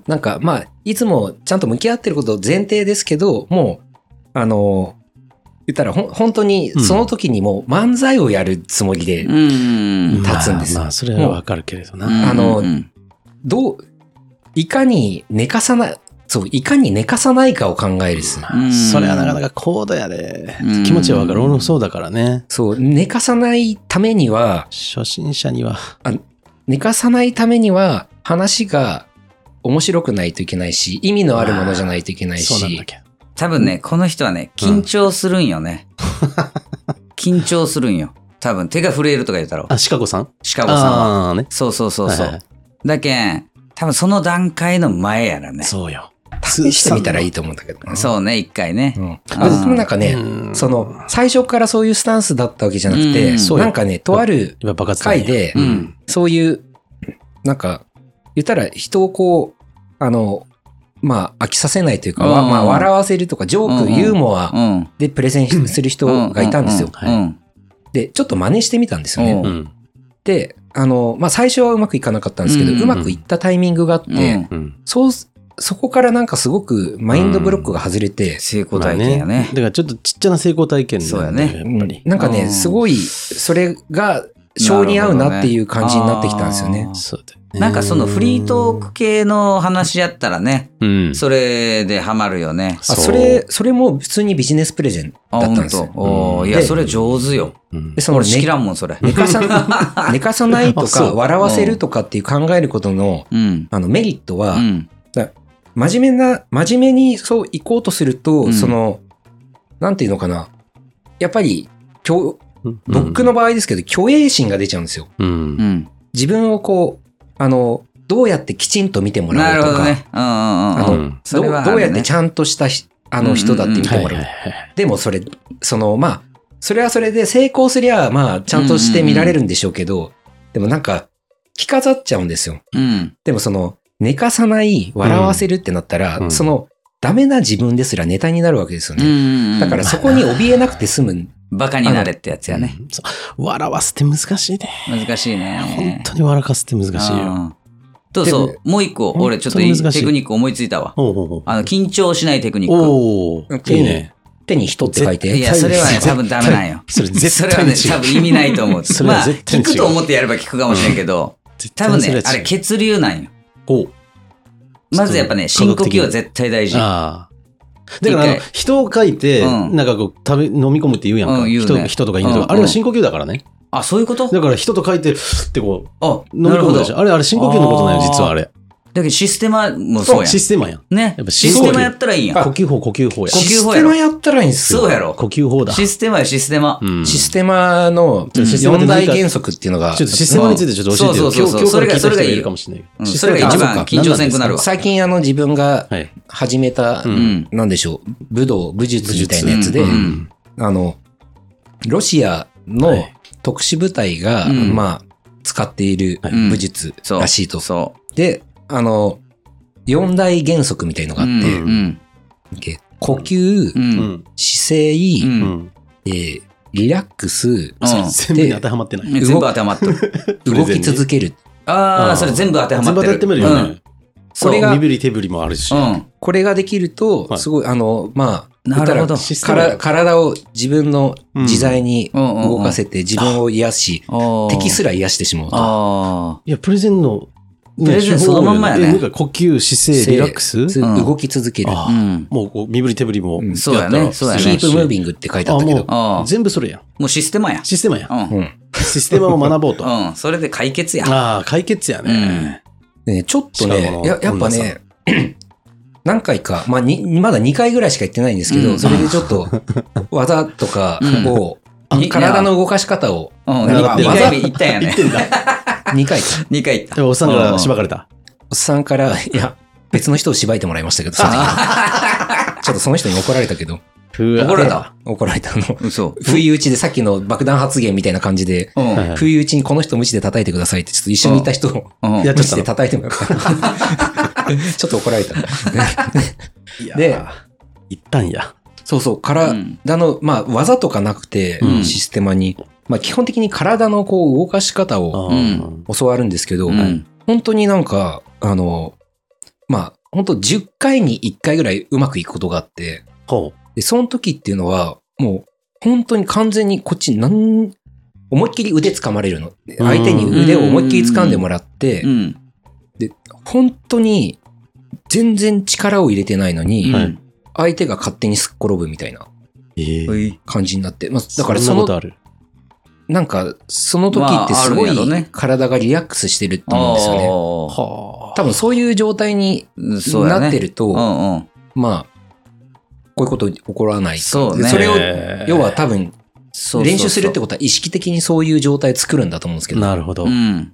C: なんか、まあ、いつもちゃんと向き合ってること前提ですけど、もう、あの、言ったら、ほん本当に、
A: うん
C: その時にもう漫才をやるつもりで、
B: うん。
C: 立つんです
A: まあまあ、それはわかるけれどな。
C: あの
B: うん
C: どう、いかに寝かさない、そう、いかに寝かさないかを考えるです。
A: まあそれはなかなか高度やで
B: うん。
A: 気持ちはわかる。俺もそうだからね。
C: そう、寝かさないためには、
A: 初心者には。
C: 寝かさないためには、話が面白くないといけないし、意味のあるものじゃないといけない
A: そうなん
C: し
A: だっ、け。
B: 多分ね、この人はね、緊張するんよね。緊張するんよ。多分、手が震えるとか言ったろ。
A: あ、シカゴさん
B: シカゴさん
A: あ
B: は。
A: ーね。
B: そうそうそうそ
A: はいは
B: う。だけん、多分その段階の前やらね。
A: そうよ。
C: 試してみたらいいと思うんだけどな。
B: そうね、一回ね
C: う。ん。
B: あー
C: でもなんかね、
A: うん
C: その、最初からそういうスタンスだったわけじゃなく
B: う
C: て
B: んそう、よ
C: なんかね、とある
A: 今爆発だね
C: 回、で
B: う、ん
C: そういう、なんか、言ったら人をこう、あの、まあ、飽きさせないというか、わ
B: うん
C: まあ、笑わせるとか、ジョー
B: うん
C: ク、ユーモア
B: うん。
C: でプレゼンする人がいたんですよ。
B: ううん。
C: で、ちょっと真似してみたんですよ
B: う
C: ね
B: ん。
A: うん。
C: で、あの、まあ、最初はうまくいかなかったんですけど、
B: う
C: うんまくいったタイミングがあって、
B: うん
A: うん。
C: そう、そこからなんかすごくマインドブロックが外れて、
B: 成功体験や
A: まあ
B: ね
A: だ。からちょっとちっちゃな成功体験だよ
B: そう
A: ね。やっぱ
C: うん
A: り。
C: なんか
B: う
C: ね、
B: ん
C: すごい、それが、性に合うなっていう感じになってきたんですよ
B: なるほどね。
C: ね
A: そうだよね
B: なんかそのフリートーク系の話やったらね、
A: うん。
B: それでハマるよね。
A: あー
C: あ、それ、それも普通にビジネスプレゼンだ
B: あ、
C: ったん
B: ほん
C: です
B: と
C: よ。。
B: おー
A: うん
B: いや、
C: で
B: それ上手よ。
A: うん
C: で、その
B: 俺好き
C: 寝
B: らんもん、それ。
C: 寝か
B: (laughs)
C: さ、寝かさないと
A: あそ
C: か、
A: う
C: 笑わせるとかっていう考えることの、
B: うん。
C: あの、メリット
B: う
C: は、
B: ん。
C: 真面目な、真面目にそう行こうとすると、
B: うん
C: その、なんていうのかな。やっぱり、共
A: うん
C: 僕の場合ですけど、虚栄心が出ちゃうんですよ。
A: う。
B: うんん。
C: 自分をこう、あの、どうやってきちんと見ても
B: な
C: ら
B: る
C: う
B: ほ
C: と
B: ど
C: か、
B: ね。うんうんうん
C: あ
B: う
C: の
B: ん。そ
C: ど
B: れ
C: う
B: はあるね
C: どうやってちゃんとしたひあの人だって見て
A: はい
C: も
A: はい
C: らう。
A: はい。
C: でもそれ、その、まあ、それはそれで成功すりゃ、まあ、ちゃんとして見られるんでしょうけど、でもなんか、着飾っちゃうんですよ。
B: うん。
C: でもその、寝かさない、笑わせるってなったら、
A: うんうん
C: その、ダメな自分ですらネタになるわけですよ
B: う
C: ね。
B: ん。
C: だからそこに怯えなくて済む。
B: バカになれってやつやね。
A: そう笑わせて難しいね。
B: 難しいね。
A: 本当に笑かせて難しいよ。
B: よ。と、そう、もう一個、俺ちょっといい
A: 本当に難しい
B: テクニック思いついたわ。
A: おうおうおう
B: あの、緊張しないテクニック。
A: おお
C: 手
A: い
C: に
A: いね。
C: 手に人って書い
B: い
C: て。
B: や、それ
C: (laughs)
B: はね、
A: 絶対
B: 多分ダメなんよ。
A: それ絶
B: それは
A: 対に
B: ね、
A: 違
B: 多
A: う。
B: 分意味ないと思う。
A: それ
B: ま
A: は
B: あ、
A: 絶対
B: 聞
A: に違う
B: くと思ってやれば聞くかもしれんけど、
A: 絶
B: 多
A: 対
B: 分
A: にそ
B: ね、あ
A: は違
B: れ
A: う
B: 血流なんよ。
A: おう
B: まずやっぱね、
A: ちょ
B: 深
A: っと
B: 呼
A: 科学的
B: 吸
A: な
B: は絶対大事。
A: ああ。だからあの
B: 一回、
A: 人を書いて、
B: うん
A: なんかこう、食べ、飲み込むって言うやんか。
B: うん言うね
A: 人人とか犬と
B: うん
A: か。あれは深呼吸だからね。
B: あ、そういうこと
A: だから、人と書いて、ってこ
B: あ、
A: う、飲み
B: なる
A: 込
B: ほ
A: む
B: ど。
A: でしょ。
B: だ
A: あれ、あれ深呼吸のことなんよ、
B: あー
A: 実はあれ。
B: けどシステマもそうや
A: システマやん。
B: ん。ね
A: やっ。ぱシ
B: シ
A: ス
B: ステ
A: テ
B: マ
A: マ
B: やったらいいんや。
A: 呼吸法、呼吸法や。
B: 呼吸
C: シス
B: 法
C: テ
B: やろ
C: マやったらいいんですよ。
B: そうやろ。
A: 呼吸法だ。
B: システマや、システマ。
A: うん
C: システマの
A: うん
C: 四大原則っていうのが
A: ちょ、っとシステマについてちょっと教えて
B: そう
A: よ。
B: そうそうそう
A: 今日
B: そ
A: 今
B: れ
A: 日から
B: が
A: 聞いた人
B: それがいい
A: るかもしれない。
B: うん
A: シス
B: そ
A: テマ
B: れが
A: あ
B: 一
A: そう
B: 番
A: か
B: 緊張せんくなるわ。
C: 最近あの自分が
A: はい。
C: 始めた、
A: う
B: うんん。
C: なんでしょう、武道、武術みたいなやつで、
B: うんうん
C: あの、ロシア
A: は
C: の
A: い
C: 特殊部隊が、
B: うん
C: まあ、使っている
B: はい
C: 武術
B: そう。
C: らしいと。
B: そ
C: で、あの、四大原則みたいの
B: う。
C: があって、
B: うんうん。
C: 呼吸、
B: う。
A: うんん。
C: 姿勢、
B: うん
A: うん。
C: えーリラックス、
B: うん
A: 全部に当てはまってない。
B: 全部当てはまってる。
A: プレ
C: 動
A: ゼン
C: き
A: に
C: 続ける。
B: あ
A: あ
B: あ、
A: ー
B: それ全部当てはま
A: 全
B: って
A: 部
B: る。
A: 当たってみるよね。
C: それ
A: うん
C: が
A: 身、振り手振りもあるし
B: う。ん。うん。
C: これができると、
A: はい
C: すごい、あの、まあ、
B: なるほど
C: 言ったら
A: システムや
C: から体を自分の自在に
B: うんうんうんうん
C: 動かせて、自分を癒し、敵す
B: ら。
C: ら癒してしまうと。
B: あ
A: いや、プレゼンの、ね
B: プレゼンそのまんまや
A: 手
B: ね
A: 法よえなんか呼吸、姿勢、リラックス
C: つ
B: うん
C: 動き続ける。
B: あ。
A: あ
B: う
A: あ
B: ん。
A: もうこう身振り手振りも
C: う。ん
B: そうやね
A: やったら
B: そうやね
C: キープムー
A: ン
C: ビングって書いてあ
A: あ、
C: ったけ
A: も
C: ど。
B: あ
A: う、全部それやん。
B: もうシステマや。
A: システマやん
B: う。ん。
C: うん
A: システマを学ぼう
B: (laughs)
A: と。あ
B: うん。それで解決や。
A: あ、解決やね。
C: ねちょっと
A: 近
C: ね
A: 頃、
C: ややっぱ
A: 本田
C: ね、 (clears throat) 何回か、まあに、まだ2回ぐらいしか行ってないんですけど、
B: うん
C: それでちょっと、技とかを、
B: うん
C: に体の動かし方を
B: うん。
A: なるほど
B: 2回目行ったんや
A: 言
B: ね
A: っ。てんだ。
C: 2回か、
B: 2回行っ
A: で
B: た。
A: もおっさんからしばかれた。
C: おっさんから、いや、別の人をしばいてもらいましたけど、その時
B: (laughs)
C: ちょっとその人に怒られたけど、
A: うわ
B: 怒られた。
C: 怒られたあの。
B: 嘘。
C: (laughs) 不意打ちでさっきの爆弾発言みたいな感じで、
B: うん。
A: はい
C: 不意打ちにこの人無視で叩いてくださいって、ちょっと一緒にいた人を
B: うん
A: やっちゃ
C: 無
A: っ
C: 視
A: た
C: で
A: の
C: 叩いてもらった。 (laughs) ちょっと怒られた。
A: いやー
C: で、
A: 行ったんや。
C: そうそう、
B: う
C: 体
B: ん
C: の、まあ、技とかなくて
A: う、ん
C: システマに、まあ、基本的に体のこう、動かし方を
A: うん
C: 教わるんですけど、
B: うん。
C: 本当になんか、あの、まあ、本当10回に1回ぐらいうまくいくことがあって、
A: ほ
C: で、その時っていうのは、もう、本当に完全にこっち、なん、思いっきり腕掴まれるの。で相手に腕を思いっきり掴んでもらって
B: う、ん。
C: 本当に、全然力を入れてないのに、
A: は
B: う
A: い。
C: 相手が勝手にすっ転ぶみたいなん
A: ええ
B: ん。う。い
C: 感じになって、まあ、だから
A: そ
C: そ
A: んなこ、
C: の
A: とある。
C: なんか、その時ってすご
B: まああるんやろ
C: い
B: ね
C: 体がリラックスしてると思うんですよね。
B: あ
A: は
C: 多分そういう状態に
B: あ。そうやね。
C: なってると、
B: うんうん。
C: まあ、こういうこと起こらない。
B: そう
C: で
B: ね。
C: それを
A: へー
C: 要は多分、
B: そうそうそう
C: 練習するってことは意識的にそういう状態作るんだと思うんですけど。
A: なるほど。
B: う
A: い
B: ん。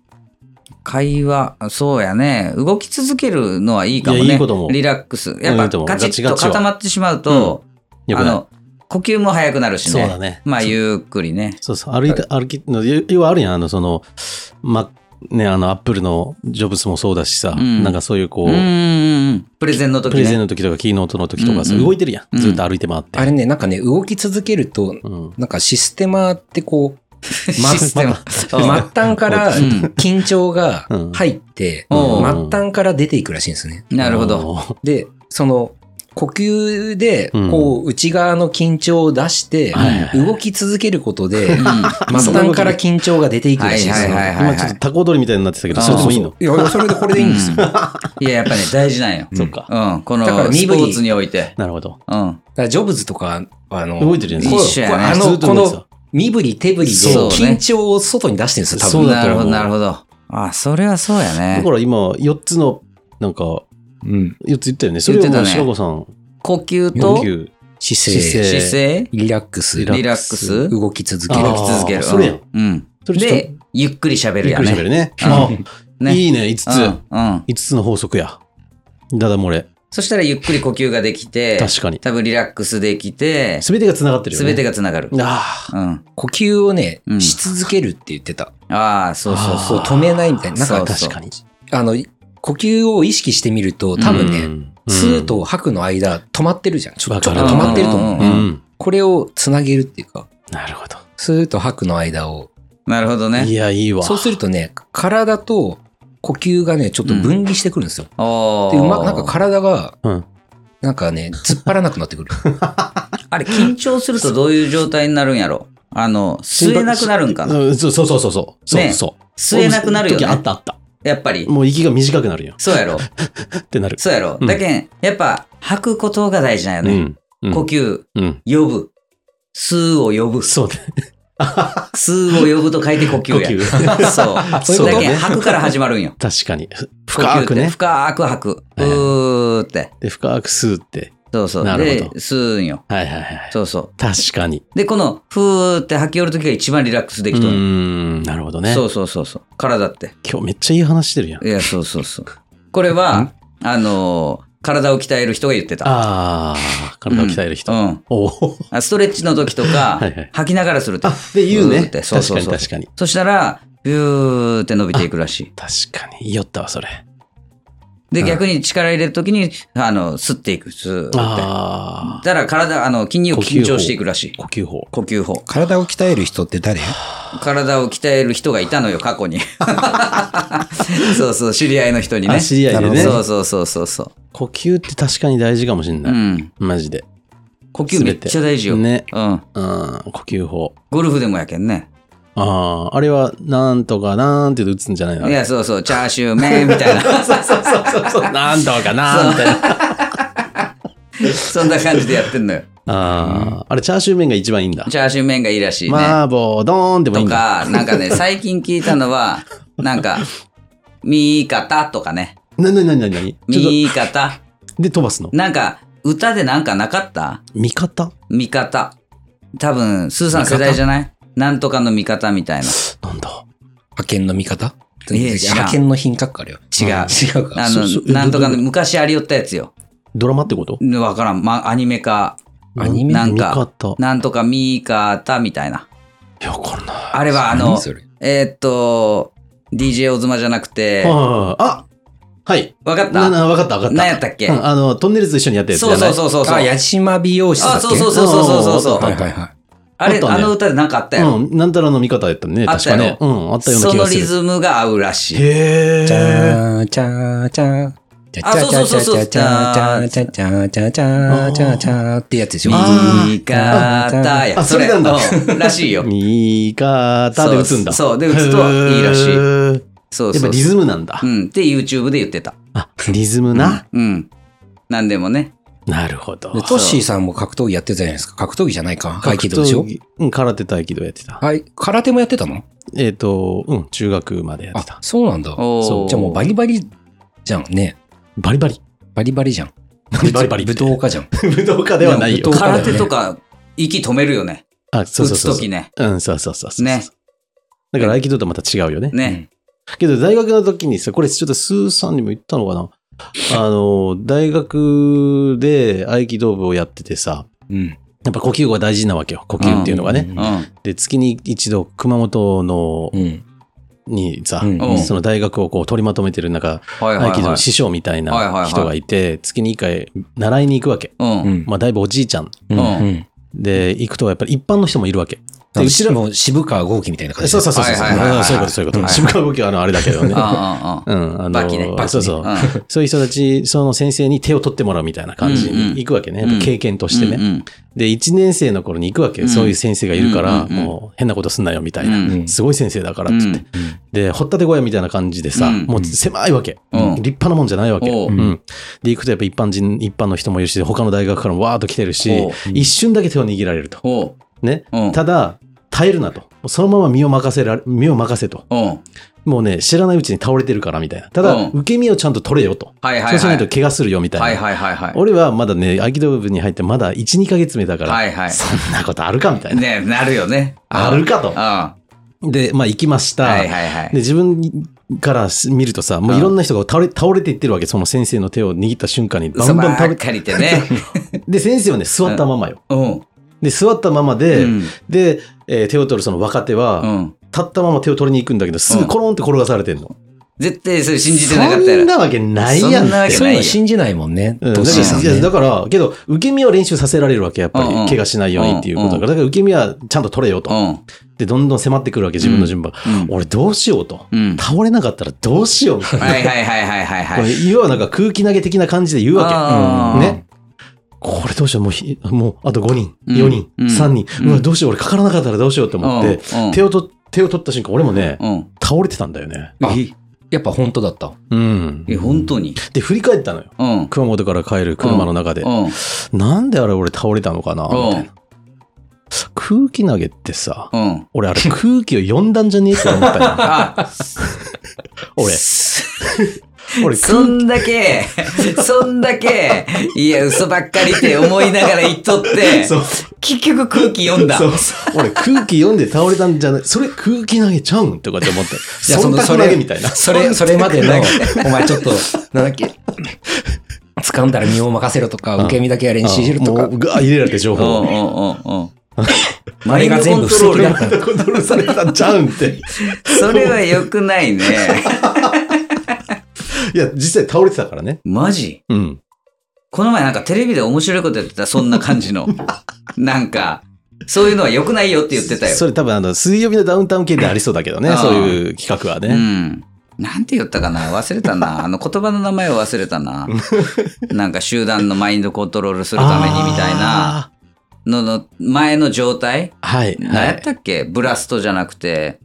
B: 会話、そうやね。動き続けるのはいいか
A: や、
B: も
A: い
B: ね
A: い。ことも。
B: リラックス。や
A: うんい
B: っ
A: いと思
B: ぱ
A: う
B: ガチ
A: ガチ
B: ッ
A: ガ
B: と
A: チは
B: 固まってしまうと、
A: よ
B: あ
A: くない。
B: の、呼吸も速くなるし
A: そうだ
B: ね。
A: ね。
B: まあ、ゆっくりね。
A: そうそう。歩いて、歩き、の要要はあるやん。あの、その、ま、ね、あの、アップルのジョブズもそうだしさ、
B: うん
A: なんかそういうこ
B: う
A: う、
B: ーん。プレゼンの時
A: プレゼン
B: ね。
A: の時とか、キーノートの時とかさ、
B: うんうん
A: 動いてるや
B: うん
A: ん。ずっと歩いて回って。
C: あれね、なんかね、動き続けると、
A: うん。
C: なんかシステマってこう、
B: システム。
C: 末端から
B: うん
C: 緊張が
A: うん
C: 入って、
A: うん
C: 末端から出ていくらしいんですよね。
B: なるほど。
A: あ
C: で、その、呼吸で、
A: うん
C: こう、内側の緊張を出して
A: はいはい、
C: 動き続けることで
B: うん、
C: (laughs) 末端から緊張が出ていくらしいんですよ。
B: はいはいはい
C: い
A: の。今ちょっとタコ踊りみたいになってたけど、
B: あ
A: そ
B: ー
A: れでもいいの
C: やいや、それでこれでいいんですよ。だか
B: いや、やっぱね、大事なんよ。
A: そっか。
B: うん。この
C: だから身
B: スポ
C: 振り
B: ーツにおいて。
A: なるほど。
B: うん。
C: らジョブズとか、あの、
A: 動いてるやん。
B: 一緒やね
C: こうあ
A: ず
C: の、
A: っと
C: こ
A: 動いてた
C: の、身振り手振りで
B: そうね
C: 緊張を外に出してるんですよ、多
A: そう
C: 分。
A: だ
B: な
A: と
B: る
A: 思
B: ほ
A: う
B: ど、なるほど。あ、それはそうや
A: だ
B: ね
A: か。ら今、4つの、なんか、
C: うん。
A: 4つ言ったよね。それを
B: 言
A: も
B: っ
A: う、
B: てたね
A: 白子さん、
B: 呼吸と
A: 呼吸、
C: 姿
A: 姿
C: 勢、
A: 勢
B: 姿勢、
C: リラックス、
B: リラックス、
C: 動き続け
A: あ
C: る。
A: ー
B: 動き続ける。
A: それやん
B: うん。
A: それちょっと
B: で、ゆっくり喋
A: ゆ
B: る
A: っ
B: や
A: く
B: ね。
A: り喋るね。
B: うん
A: あ
B: ね
A: いいね、5つ。
B: うん。うん
A: 5つの法則や。ダダ漏れ。
B: そしたらゆっくり呼吸ができて、
A: 確かに。
B: 多分リラックスできて、
A: すべてが繋がってるよ
B: す
A: ね。
B: べてがつながる。
A: あ
B: うん。あ
C: 呼吸をね、
B: うん
C: し続けるって言ってた。
B: あ、そうそう
A: あー
B: そ
C: そうう、。止めないみたいな。なん
B: そ
A: あ、
B: う
C: か、
A: 確かに。
C: あの、呼吸を意識してみると、多分ね、
A: うん
C: 吸うと吐くの間、止まってるじゃん。ちょ
A: わ
C: ちょ
A: か
C: っ
A: る
C: と止まってると思う。
A: う
B: うん
A: ん。
C: これをつなげるっていうか、
A: なるほど。
C: 吸うと吐くの間を。
B: なるほどね
A: い。や、いいわ。
C: そうするとね、体と呼吸がね、ちょっと分離してくるんですよ。
B: お
C: で、うま、なんか体が、
A: うん
C: なんかね、突っ張らなくなってくる。
B: あれ、緊張するとどういう状態になるんやろあの、吸えなくなるんかな
A: うんそうそうそうそうそう。そ
B: ね
A: うそう。
B: 吸えなくなるよ
A: 時あっ
B: ね。
A: たあった。
B: やっぱり。
A: もう息が短くなるよ。
B: そうやろ。
A: ってなる。
B: そうやろ。
A: うん
B: だけん、やっぱ、吐くことが大事なんよ
A: う
B: ね。
A: ん。うん
B: 呼吸、
A: うん。
B: 呼ぶ。吸うを呼ぶ。
A: そうね。
B: 吸うを呼ぶと書いて呼
A: 呼
B: 吸や。
A: 吸。
B: (laughs) そう。
A: そういうこと
B: だけん吐くから始まるんよ。
A: 確かに。ふ
B: 呼吸っ
A: 深
B: て
A: くね。
B: 深く吐く。う
A: はいはい
B: ーって。
A: で、深く吸うって。
B: そうそう。
A: なる
B: で
A: ほ、ど
B: 吸うんよ。
A: はいはいはい。
B: そうそ
A: 確かに。
B: う。で、この、ふーって吐き寄るときが一番リラックスで
A: う
B: きとる
A: ーん。なるほどね。
B: そうそうそうそう。体って。
A: 今日めっちゃいい話してるやん。
B: いや、そうそうそう。これは、あのー、体を鍛える人が言ってた。
A: あー、体を鍛える人。
B: うん。
A: おお。
B: あストレッチの時と
A: (laughs)
B: か
A: はいはい、
B: 吐きながらすると
A: あ。、で、言う
B: うー
A: ね。
B: って
A: 確
B: そうそ
A: か
B: う
A: に
B: そう
A: 確かに。
B: そしたら、ビューって伸びていくらしい。
A: 確かに。酔ったわ、それ。
B: で、
A: うん
B: 逆に力入れるときに、あの、吸っていく。スーって。だ
A: あ
B: から体、あの、筋肉
A: 呼吸
B: 緊
A: 法
B: 張していくらしい
A: ー。。呼吸法。
B: 呼吸
D: (laughs)
B: 法。
D: 体を鍛える人って誰
B: 体を鍛える人がいたのよ、過
A: (laughs)
B: 去に。そうそう、知り合いの人にね
A: あ、。知り合いでね
D: なる。ほ
B: そ
D: ど
B: うそうそうそうそう。
A: 呼吸って確かに大事かもしれ
B: う
A: ない。
B: ん。
A: マジで。
B: 呼吸めっちゃ大事よ。
A: ね。
B: うん。
A: うん。呼吸法。
B: ゴルフでもやけんね。
A: ああ、あれは、なんとかなんて打つんじゃないの (laughs)
B: いや、そうそう、チャーシュー麺みたいな。
A: なんとかな
B: (laughs)
A: みたいな。
B: そんな感じでやってんのよ。
A: ああ、あれ、チャーシュー麺が一番いいんだ。
B: チャーシュー麺がいいらしいね。
A: 麻婆丼でもいい
B: と
A: んだ。
B: か、な
A: (laughs)
B: んかね、最近聞いたのは、なんか、見方とかね。
A: な、な、な、な、なにちょっ
B: 見方。
A: と、で、飛ばすの。
B: なんか、歌でなんかなかった
A: 味方
B: 見方。多分、スーさん世代じゃないなんとかの見方みたいな。
A: なんだ
C: 派遣の見方
B: いや知らん
C: 派遣の品格あるよ。
B: 違う
C: 違うか。
B: あ
A: そうそう
B: の、なんとかの
A: ど
B: 昔ありよったやつよ。
A: ドラマってこと
B: わからん。ま、アニメ化。
C: アニメ
B: なんか
A: 味方。
B: なんとか見方みたいな。
A: いや、わかんない。
B: あれはあの
C: 何、それ
B: えーっと、DJ オズマじゃなくて、
A: ああ、はい。
B: わか
A: な、
B: った
A: な、わかった、わかった。
B: 何やったっけ
A: うんあの、トンネルズと一緒にやったやつじゃ
B: そ
A: な
B: う
A: い
B: そうそうそう。
C: あ、矢島美容室だっ
B: あ、
C: け
B: そうそうそうそうそうそう
A: うんうんうんうん
C: はいはいはい。
B: あれ、
A: あったね
B: あの歌でなんかあったよ。
A: うん、なんたらの味方やったね、
B: あっ
A: 確
B: たよ
A: かね。うん、あったような
B: そ
A: 気
B: の
A: がす
B: リ
A: る。
B: ズムが合うらしい。
A: へ
D: じ
A: ー。
D: ゃーんじゃーんじゃーんじゃ
B: あそうそうそうそう
D: じゃーんじゃーんじゃーんじゃーんじゃーんじゃーんじゃーんじゃーんってやつでしょ。
A: あー
B: 味方や。
A: あそれなんだ
B: うんらしいよ。
A: 味方で打つんだ。
B: そうそうで打つといいらしい
A: へー
B: そ
A: や
B: う
A: っ
B: そ
A: ぱ
B: う
A: リ。ズムなんだ
B: う。ん。って、YouTube で言ってた。
A: あ、リズムな。
B: うん。なんでもね。
A: なるほど
C: で。トッシーさんも格闘技やってたじゃないですか。格闘技じゃないか。合気道でしょ
A: 格闘技うん、空手と合気道やってた。
C: はい。空手もやってたの
A: えっと、うん、中学までやって
C: あ
A: た、。
C: そうなんだ。
B: おー
C: そうじゃあもうバリバリじゃんね。
A: バリバリ。
C: バリバリじゃん。
A: バリバリバリ
C: 武
A: って
C: 道家じゃん。
A: 武道家ではないよ
C: 武。道
B: 空手とか、息止めるよね。
A: あ、そ
B: 打
A: うそう
B: つ
A: そう
B: と
A: そ
B: きね。
A: う。うん、そうそうそうそう。
B: ね。
A: だから合気道とまた違うよね。
B: ね。
A: けど大学の時にさ、これちょっとスーさんにも言ったのかな。あの、大学で合気道部をやっててさ、
C: うん。
A: やっぱ呼吸が大事なわけよ。呼吸っていうのがね。
B: う。
C: うんん
B: うん
A: で、月に一度熊本の、
C: うん。
A: にさ、
C: うん
B: うん
A: その大学をこう取りまとめてる中、
B: はいはい
A: 合気道
B: はい
A: の。師匠みたい
B: はいはいは
A: ない人がいて、月に1回習いに行くわけ。
B: う。
C: うんん。
A: まあ、だいぶおじいちゃん。
C: うんうん。
A: で、行くとやっぱり一般の人もいるわけ。で、う
C: う
A: ち
C: ち
A: ら
C: ら
A: も。
C: も渋川豪樹みたいな感
A: そう
C: じ
A: そうそうそう。
B: はいはいはいはい
A: うんそういうこと、そういうこ
B: うん
A: と。渋川動きはあのあれだけどね。
B: ああ、ああ。
A: うん、あの、
B: バキねバキね
A: そうそう。
B: うん
A: そういう人たち、その先生に手を取ってもらうみたいな感じに行くわけね。
B: うんうん
A: やっぱ経験としてね。
B: うんうん
A: で、1年生の頃に行くわけ。
B: うん
A: そういう先生がいるから、
B: うんうんうん
A: もう変なことすんなよみたいな。
B: うん
C: うん
A: すごい先生だからって言って。で、掘ったて小屋みたいな感じでさ、
B: うん
A: もう狭いわけ、
B: うん
A: 立派なもんじゃないわけ。
B: おう
A: うんで、行くとやっぱ一般人、一般の人もいるし、他の大学からもわーっと来てるし
B: おう、
A: 一瞬だけ手を握られると。
B: ほ
A: ね。
B: う。うん。
A: ただ、耐えるなと。そのまま身を任せられ、身を任せと。
B: うん。はい
A: もうね、知らないうちに倒れてるからみたいな。ただ、
B: うん
A: 受け身をちゃんと取れよと。
B: はいはい。
A: そうしないと怪我するよみたいな。
B: はいはいはいはい。
A: 俺はまだね、合気道部に入ってまだ1、2ヶ月目だから、
B: はいはい
A: そんなことあるかみたいな。
B: ねなるよね。
A: あるかと。
B: あ
A: で、まあ行きました。
B: はいはいは
A: で、
B: い。
A: 自分から見るとさ、もういろんな人が倒れ倒れていってるわけ。その先生の手を握った瞬間にバ
B: 嘘
A: ンバ
B: ば
A: ン倒
B: っ
A: れ
B: かりでね。
A: で、先生はね、座ったままよ。
B: うん。
A: で、座ったままで、
B: うん
A: で、えー手を取るその若手は、
B: うん。
A: 立ったまま手を取りに行くんだけど、すぐコロンって転がされてんの。
B: 絶対それ信じてなかった
A: そ
B: や
A: ん
B: ろ。
A: なわけないやんって。
B: そんなわけ
C: そういうの信じないもんね。
A: うん
C: ドッシーさん
A: いや
C: ね
A: だ。から、けど、受け身は練習させられるわけ、やっぱり。
B: うんうん
A: 怪我しないようにっていうことだから。だから、受け身はちゃんと取れよと。で、どんどん迫ってくるわけ、自分の順番。
B: うん。
A: 俺、どうしようと。
B: うん。うん。
A: 倒れなかったらどうしようみたいな。
B: はいはいはいはいはいはい。
A: これ要はなんか空気投げ的な感じで言う
B: あ
A: わ
B: ー
A: け。ね。これどうしよう、もうひ、もう、あと5人、
B: うん
A: 4人、
B: うん
A: 3人。
B: うん
A: うわ、どうしよう、俺かからなかったらどうしようと思って、
B: うんうん
A: 手をと、手を取った瞬間、俺もね、
B: うん。
A: 倒れてたんだよね。
C: あ
B: え
C: やっぱ本当だった。
A: うん。
B: え、本当に
A: で、振り返ったのよ。
B: うん。うん。
A: 熊本から帰る車の中で。
B: うん。
A: なんであれ俺倒れたのかなみたいな。空気投げってさ、
B: うん。。
A: 俺あれ空気を読んだんじゃねえって思ったよ
B: (laughs) あ、
A: 俺、俺
B: そ
A: 空気、
B: んだけ、そんだけ、いや、嘘ばっかりって思いながら言っとって、
A: そう
B: 結局空気読んだ。
A: そうそう俺空気読んで倒れたんじゃないそれ空気投げちゃうんとかって思った。
C: やそ
A: そん
C: の
A: な投げみたいな。
C: それ、それまでの、お前ちょっと、なんだっけ、掴んだら身を任せろとか、受け身だけは練習しろと
A: あ
C: か
A: も、うガー入れられて情
B: うん
A: 報
B: う
A: を。
B: んうんうん。
C: あれが全部不
A: コ
C: 石だった。
A: ントロールされたんちゃうんって。
B: それは良くないね。
A: いや、実際倒れてたからね。
B: マジ
A: うん。
B: この前なんかテレビで面白いことやってた、そんな感
A: (laughs)
B: じの。なんか、そういうのは良くないよって言ってたよ。
A: それ多分あの、水曜日のダウンタウン系でありそうだけど
B: う
A: ね、
B: ん
A: そういう企画は
B: う
A: ね。
B: ん。なんて言ったかな忘れたな。あの言葉の名前を忘れた
A: (laughs)
B: な。なんか集団のマインドコントロールするためにみたいな
A: あ
B: のの前の状
A: ー。
B: 態。
A: はい。
B: 何
A: は
B: やっ
A: い。
B: たっけブラストじゃなくて。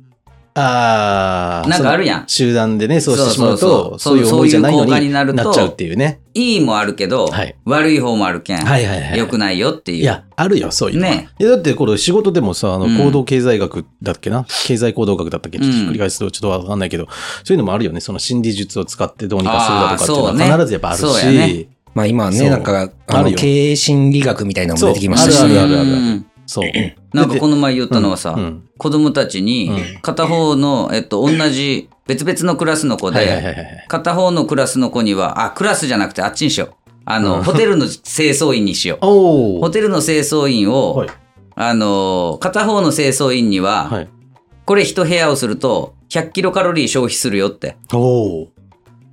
A: ああ。
B: なんかあるやん
A: その集団でね、そうしてしまうと、
B: そ
A: そう
B: そうそう
A: ういう思いじゃないの
B: そういう
A: に
B: 効果になると
A: なっちゃうっていうね。
B: いいもあるけど、
A: はい
B: 悪い方もあるけん。
A: はいはいはい。
B: 良くないよっていう。
A: いや、あるよ、そういうのは。
B: ね
A: いやだって、これ仕事でもさ、あの、
B: うん
A: 行動経済学だっけな、経済行動学だったっけちょっとひっくり返すとちょっとわかんないけど、そういうのもあるよね。その心理術を使ってどうにかするだとかっていう
B: あー
A: の
B: そうね
A: は必ずやっぱある
B: そうやね
A: し、
C: まあ今は
A: そう
C: ね、なんか、あ
A: あ
C: の
A: るよ
C: 経営心理学みたいなのも出てきましたし
A: あ
B: う
A: る
B: ん
A: あるあるあるそう。
B: なんかこ
A: の
B: の前言ったのはさ、
A: うん。
B: 子供たちに
A: う
B: 片方の、えっと、同じ別々のクラスの子で、
A: はいはいはいはい。
B: 片方のクラスの子にはあクラスじゃなくてあっちにしようあの、
A: うん
B: ホテルの清掃員にしよう
A: お
B: ホ
A: ー。
B: テルの清掃員を、
A: はい
B: あの片方の清掃員には、
A: はい。
B: これ一部屋をすると100キロカロリー消費するよって
A: おー。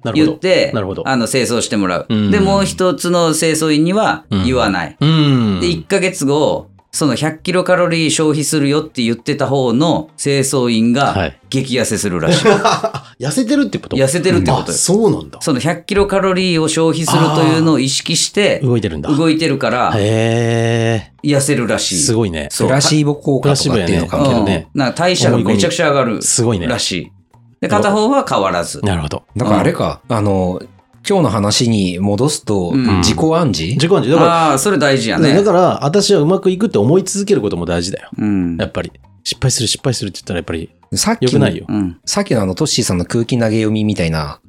A: なるほ
B: 言っ
A: ど。
B: て
A: なるほど
B: あの清掃してもらう、
A: うん
B: でもう一つの清掃員には
A: うん
B: 言わない、
A: うん。
B: で1ヶ月後その100キロカロリー消費するよって言ってた方の清掃員
A: は
B: が
A: い
B: 激痩せするらし
A: (laughs)
B: い、
A: 痩せてるってこと
B: 痩せてるってこと
A: あ、そうなんだ。
B: その100キロカロリーを消費するというのを意識して
A: 動いてるんだ。
B: 動いてるから
A: へ
B: 痩せるらし
A: ー。
B: い。
A: すごいね。
B: そう
C: プラシーボ効果とかっていうのか
A: プラシーボやね
C: も
A: け
B: う
A: ど
B: んなんか代謝がめちゃくちゃ上がる
A: すごいね。
B: らしい。で、片方は変わらず。
A: なるほど。
C: だからあれか、あの、今日の話に戻すと、
B: うん
C: 自己暗示
A: 自己暗示。だから、
B: ああ、それ大事やね。
A: だから、私はうまくいくって思い続けることも大事だよ。
B: うん
A: や。っぱり。失敗する、失敗するって言ったら、やっぱり、
C: さっ
A: 良
C: き
A: く
C: の
A: ないよ。
B: うん。
C: さっきのあのトッシーさんの空気投げ読みみた
B: (laughs)
C: いな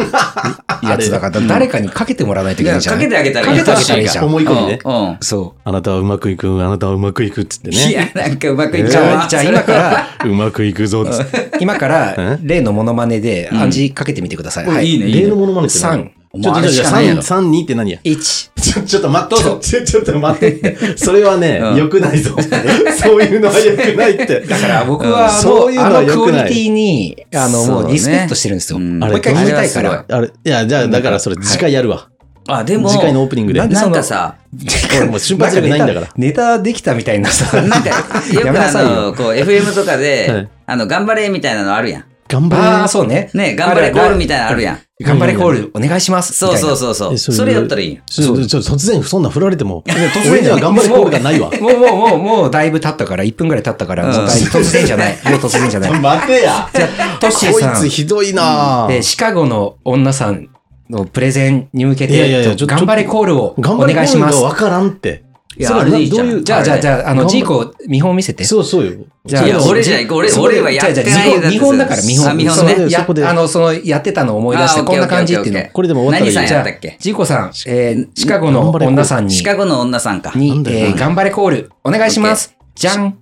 C: やつだから、
B: れ
C: 誰かにかけてもらわないといけないんじゃ
B: か
C: な
B: け
C: い
B: てあげたら
C: か
B: いい。
C: けてあげたらいいじゃん。
A: 思い込みね。
B: うん。うん
C: そ。
A: あなたはうまくいく、あなたはうまくいくっつって
B: い
A: ね。
B: や、なんかうまくいうっ
C: じ
B: ちゃう
C: ゃ
B: わ。
C: あ、じゃあ今から、
A: うまくいくぞっつって。
C: 今
B: (laughs)
C: から、例のモノマネで暗示かけてみてください。はい
B: い
C: い。
B: ね、いい
A: 例
B: ね
A: の。ものまねって何。
C: 3、
B: お
A: ちょっ
B: 前
A: と、
B: あれ
A: じ
B: し
A: ゃ
B: か
A: あ、
B: ないや
A: 3、
B: ろ。
A: 三二って何や。
C: 1。
A: ちょ、ちょっと待って。ちょ、ちょっと待って。それはね
B: うん
A: 良くないぞ。そういうのは良くないって。
C: だから僕
A: うん
C: は、
A: そういうのは
C: あの
A: 良
C: クオ
A: く
C: リ
A: ない
C: ティに、あの、
B: そうだ
C: もう
B: ね
C: リスペクトしてるんですよ。
B: う
C: も
B: ん
C: う一回聞きたいか
B: あれは
C: ら。
A: あれ、いや、じゃあ、だからそれ、次回やるわ。
B: あ、でも、
A: 次回のオープニングで。
C: なんで
B: なんかさ、
A: 俺もう瞬発力ないんだから。
C: ネタできたみたいな
B: (laughs)
C: さ。
B: なんか、よ
C: (laughs) やめ
B: く
C: な
B: あ
C: さいよ
B: の、こう、FM とか
A: は
C: (laughs)
B: で
A: い、
B: あの、頑張れみたいなのあるやん。
A: 頑
C: ああ、
A: 張
C: そうね。
B: ね、頑張れゴールみたいなのあるやん。
C: 頑張れコールお願いします。
B: そうそう
C: う。
B: そうそ
A: れ。
B: う。それやったらいいやん。
A: ちょちょ突然、そんな振られても。俺には頑張れコールがないわ。
C: もうもうもう、もうだいぶ経ったから、1分ぐらい経ったから、
B: うん
C: もうだいぶ突然じゃない。もう突然じゃない。
A: (laughs) 待てや。
C: じゃあトッシー
A: こい
C: さ
A: つ
C: ん、
A: ひどいなぁ
C: えーシカゴの女さんのプレゼンに向け
A: いやいやい
C: て
A: やち、ょ
C: 頑張れコールをお願いします。
A: わからんって。
B: いや
A: それ
B: あれでいいじゃん
A: どうう
C: じゃあ、じゃあ、じゃあ、あの、
A: 頑張
C: ジーコ、見本見せて。
A: そうそうよ。
C: じゃあ
B: いや、
A: そう
B: 俺じゃない、俺、
C: そう
B: 俺はやって
C: じゃあ
B: ない
C: じゃあ
B: やつです
C: 見本だから、見本。
B: あ見
C: そ
B: 本
C: う
B: ね。
A: ね
C: や
A: そこで
C: あの、その、やってたのを思い出して、
B: あ
C: こんな感じっていう
B: オッケーオッケーオッ
C: の
B: ケ。ー
A: これでも終わったらいい
B: 何さん
A: じ
B: や
A: ゃ
B: っ
A: ん。
B: たっけ
C: ジーコさん、えーシカゴの女さんに
B: シ、カゴの女さんか。
C: に
A: なん、だよ
C: えー頑張れコール、お願いします。じゃん。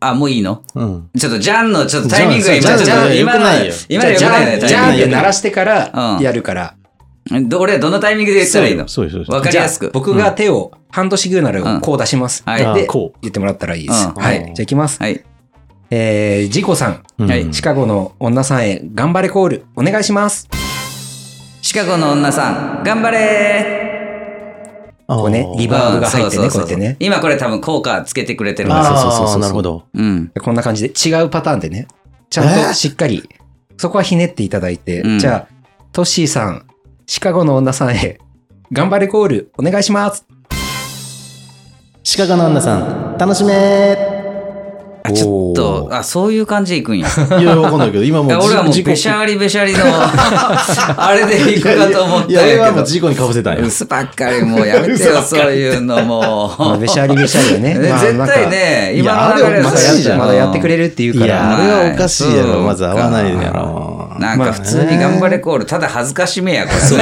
B: あ、もういいの
A: うん。
B: ちょっとジャンの、ちょっとタイミングが
A: ジャ
B: 今、
A: ン
B: ちょっ
A: ジャン
B: と今の
A: ジャンいやよくないよ、
B: 今のよく
C: じ
B: な
C: ゃ
B: いねタイ
C: あ、
B: ミング
C: じゃあって鳴ら
A: し
C: してから
B: うん
C: やるから。
B: ど俺はどのタイミングで言ったらいいの
A: そうです、そうです。
B: わかりやす
C: じゃ
B: く
C: あ。僕が手を、ハンドシグナルをこう出します。
B: うんはい
A: あ
C: で
A: ー、こ
C: 言ってもらったらいいです。
B: うん
C: はい。じゃあ行きます。
B: はい。
C: えー、ジコさん、
A: う。
B: は
A: う
B: い
A: ん
C: シカゴの女さんへ頑張れコール、お願いします。
B: シカゴの女さん、頑張れ
A: あー
C: こうねリ
B: ー
C: バーブが入ってね
B: うんそうそうそう
C: こうやってね
B: 今これ多分効果つけてくれてるん
A: あ
B: で
A: ー
B: すよ。
C: そうそうそうそう
A: なるほど。
B: うん。
C: こんな感じで違うパターンでね、ちゃんとしっかり、そこはひねっていただいて、
B: うん
C: じゃあ、トッシーさん、シカゴの女さんへ、頑張れコール、お願いします。
A: シカゴのアンナさん、楽しめ
B: あちょっと
C: お、ー
B: あ、そういう感じでいくんや。
A: ーいや、わかんないけど、今も
B: いや
A: じ
B: 俺はもう
A: 事故
B: べしゃりべ
A: (laughs)
B: しゃりのあれで行くかと思ったん
A: いや、
B: や
A: あ
B: け
A: れ
B: ど
A: はもう事故にかぶせたんや。
B: 嘘ばっかりもうやめてよそういうのも
C: ま
A: (laughs)
C: あ、
B: う
C: べしゃりべしゃりでね。
B: ね
C: まあ
B: (laughs) 絶対。ね今の流れ
A: おか
C: なんかまだ
A: しい
C: や
A: じゃ
C: っ
A: ん
C: まだやってくれるって言う
A: い
C: から。
A: や、あれはおかしいや
B: はいそ
A: ろ。
B: うか
A: まず合わないやろ。
B: なん
C: まあ
B: か普通に頑張れコールただ恥ずかしめやこれ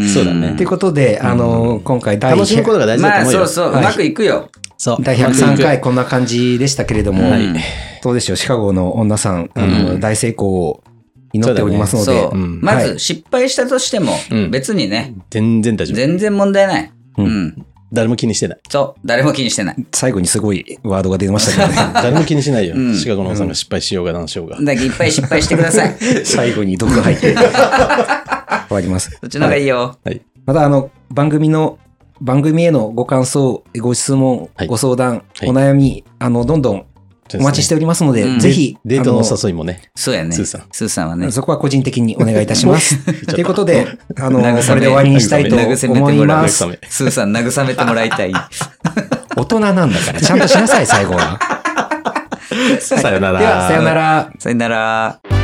B: ねん
A: そうだね
C: ということで、あのー今回第
A: 楽しむこと
C: 100
A: が大事
B: ま
A: だ
B: あ
A: と思うよ。
B: そうそううまくいくよ
A: そう。
C: 第103回こんな感じでしたけれども、
A: はい
C: どうでしょう、シカゴの女さん、あの
B: うん
C: 大成功を祈っておりますので、
B: そう
A: うん
B: ま
C: は
B: ず失敗したとしても
A: うん
B: 別にね
A: 全然大丈夫。
B: 全然問題ない
C: うん
B: うん
A: 誰も気にしてない。
B: そう誰も気にしてない
C: 最後にすごいワードが出ましたけど
B: (laughs)
C: ね。
A: 誰も気にしないよ
B: うん。
A: シカゴのおさんが失敗しようが何しようが。
B: だけいっぱい失敗してく
A: (laughs)
B: ださい
C: 最後に毒が入
B: (laughs)
C: ってる。終わります。
B: そっちの方がいいよ
C: また、あの、番組の、番組へのご感想、ご質問、
A: はい
C: ご相談、
A: はい
C: お悩み、あの、どんどんお待ちしておりますので、
B: うん
C: ぜひ、
A: デート
C: あ
A: の
C: の
A: お誘いもね。
B: そうやね
A: スーさん
B: スーさんはね
C: そこは個人的にお願いいた
B: (laughs)
C: します。ということで、あ
B: 慰め
C: の、それで終わりにしたいと
B: 慰めて
C: 思い
B: もらう
C: ます
A: 慰。め。
B: スーさん慰めてもらい
A: (laughs)
B: たい
C: 大人なんだから、ちゃんとしなさい、最後は。
A: さよな
C: で
A: ら。
C: は、さよなら。
B: さよなら